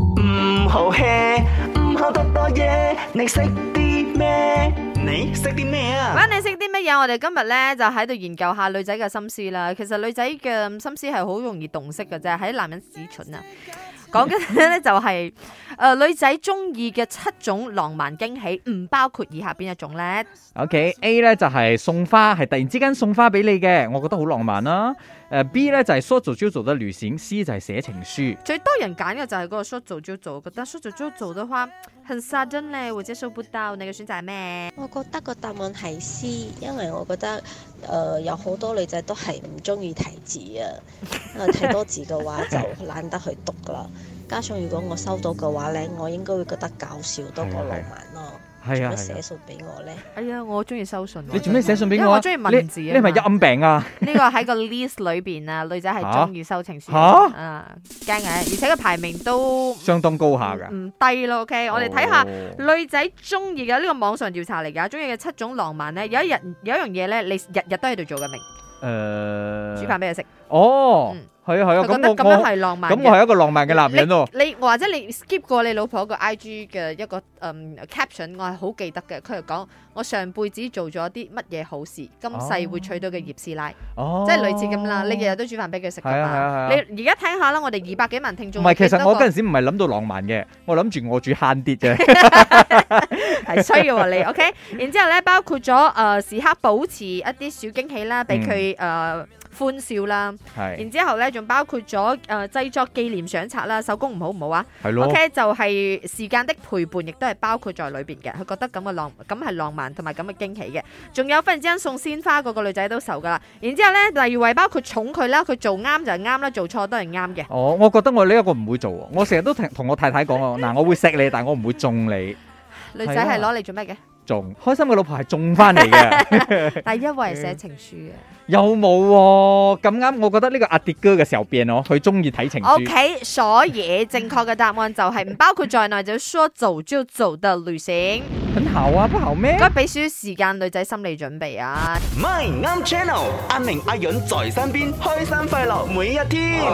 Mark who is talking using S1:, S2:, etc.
S1: 唔好 hea，唔好多多嘢，你識啲咩？你識啲咩啊？
S2: 咁你識啲乜嘢？我哋今日咧就喺度研究下女仔嘅心思啦。其實女仔嘅心思係好容易洞悉嘅啫，喺男人屎蠢啊！講緊咧就係、呃女仔中意嘅七種浪漫驚喜，唔包括以下邊一種咧？
S3: OK，A 咧就係送花，係突然之間送花俾你嘅，我覺得好浪漫啦。誒 B 咧就係說走就走的旅行，C 就係寫情書。
S2: 最多人揀嘅就係嗰個 short 做朝做，覺得 short 做朝做嘅話很 sudden 咧，或者 s 不到。你嘅選擇係咩？
S4: 我覺得個答案係 C，因為我覺得誒、呃有好多女仔都係唔中意睇字 啊，因為睇多字嘅話就懶得去讀啦。加上如果我收到嘅話咧，我應該會覺得搞笑多過浪漫咯。
S3: 啊係啊
S4: 做乜
S3: 係啊
S4: 寫，信俾我咧？
S2: 哎呀，我中意收信喎。
S3: 你做咩寫信俾
S2: 因為
S3: 我啊？
S2: 我中意文字啊
S3: 你你係咪有暗病啊？
S2: 呢個喺個 list 裏邊啊，女仔係中意收情書
S3: 嚇
S2: 啊，驚嘅，而且個排名都唔
S3: 相當高下㗎。
S2: 唔低咯。OK，我哋睇下
S3: 啊哦
S2: 女仔中意嘅呢個網上調查嚟㗎，中意嘅七種浪漫
S3: 嗯
S2: 咧，有一日有一樣嘢咧，你日日都喺度做嘅，明煮飯
S3: 誒，
S2: 俾佢食，
S3: 呃哦
S2: 嗯，
S3: 係啊係啊，
S2: 佢覺得
S3: 咁
S2: 咁
S3: 我
S2: 樣
S3: 我
S2: 係浪漫
S3: 咁我
S2: 嘅。
S3: 係一個浪漫嘅男人喎。
S2: 你你或者你 skip 過你老婆個 IG 嘅一個嗯 caption，我係好記得嘅。佢係講我上輩子做咗啲乜嘢好事，今世會娶到嘅葉師奶。
S3: 哦，
S2: 即係類似咁啦，你日日都煮飯俾佢食噶
S3: 係啊係啊
S2: 嘛？
S3: 係啊
S2: 你而家聽下啦，我哋二百幾萬聽
S3: 唔
S2: 眾，
S3: 係，其實我嗰
S2: 跟
S3: 陣時唔係諗到浪漫嘅，我諗住我住慳啲啫。
S2: 係需要 啊你，OK？然之後咧，包括咗誒、呃時刻保持一啲小驚喜啦，俾佢誒歡笑啦。
S3: 嗯係
S2: 然之後咧，仲包括咗誒、呃、製作紀念相冊啦，手工唔好唔好啊
S3: 係咯，
S2: ？OK，就係時間的陪伴，亦都係包括在裏邊嘅。佢覺得咁嘅浪，咁係浪漫同埋咁嘅驚喜嘅。仲有忽然之間送鮮花，個個女仔都受噶啦。然之後咧，例如為包括寵佢啦，佢做啱就係啱啦，做錯都係啱嘅。
S3: 哦，我覺得我呢一個唔會做喎，我成日都同同我太太講啊 我嗱，我會錫你，但我唔會中你。
S2: 女仔係攞嚟做咩 嘅？
S3: 中，開心嘅老婆係中翻嚟嘅，
S2: 第一位係寫情書嘅。
S3: 有冇喎？咁啱，我覺得呢個阿迪哥嘅時候變我，佢中意睇情
S2: O
S3: 書。
S2: K，所以正確嘅答案就係唔包括在內，就說做就做的類 型。
S3: 很好啊，不好咩
S2: 應？該俾少少時間女仔心理準備啊。
S1: My 啱 channel，阿明阿允在身邊，開心快樂每一天。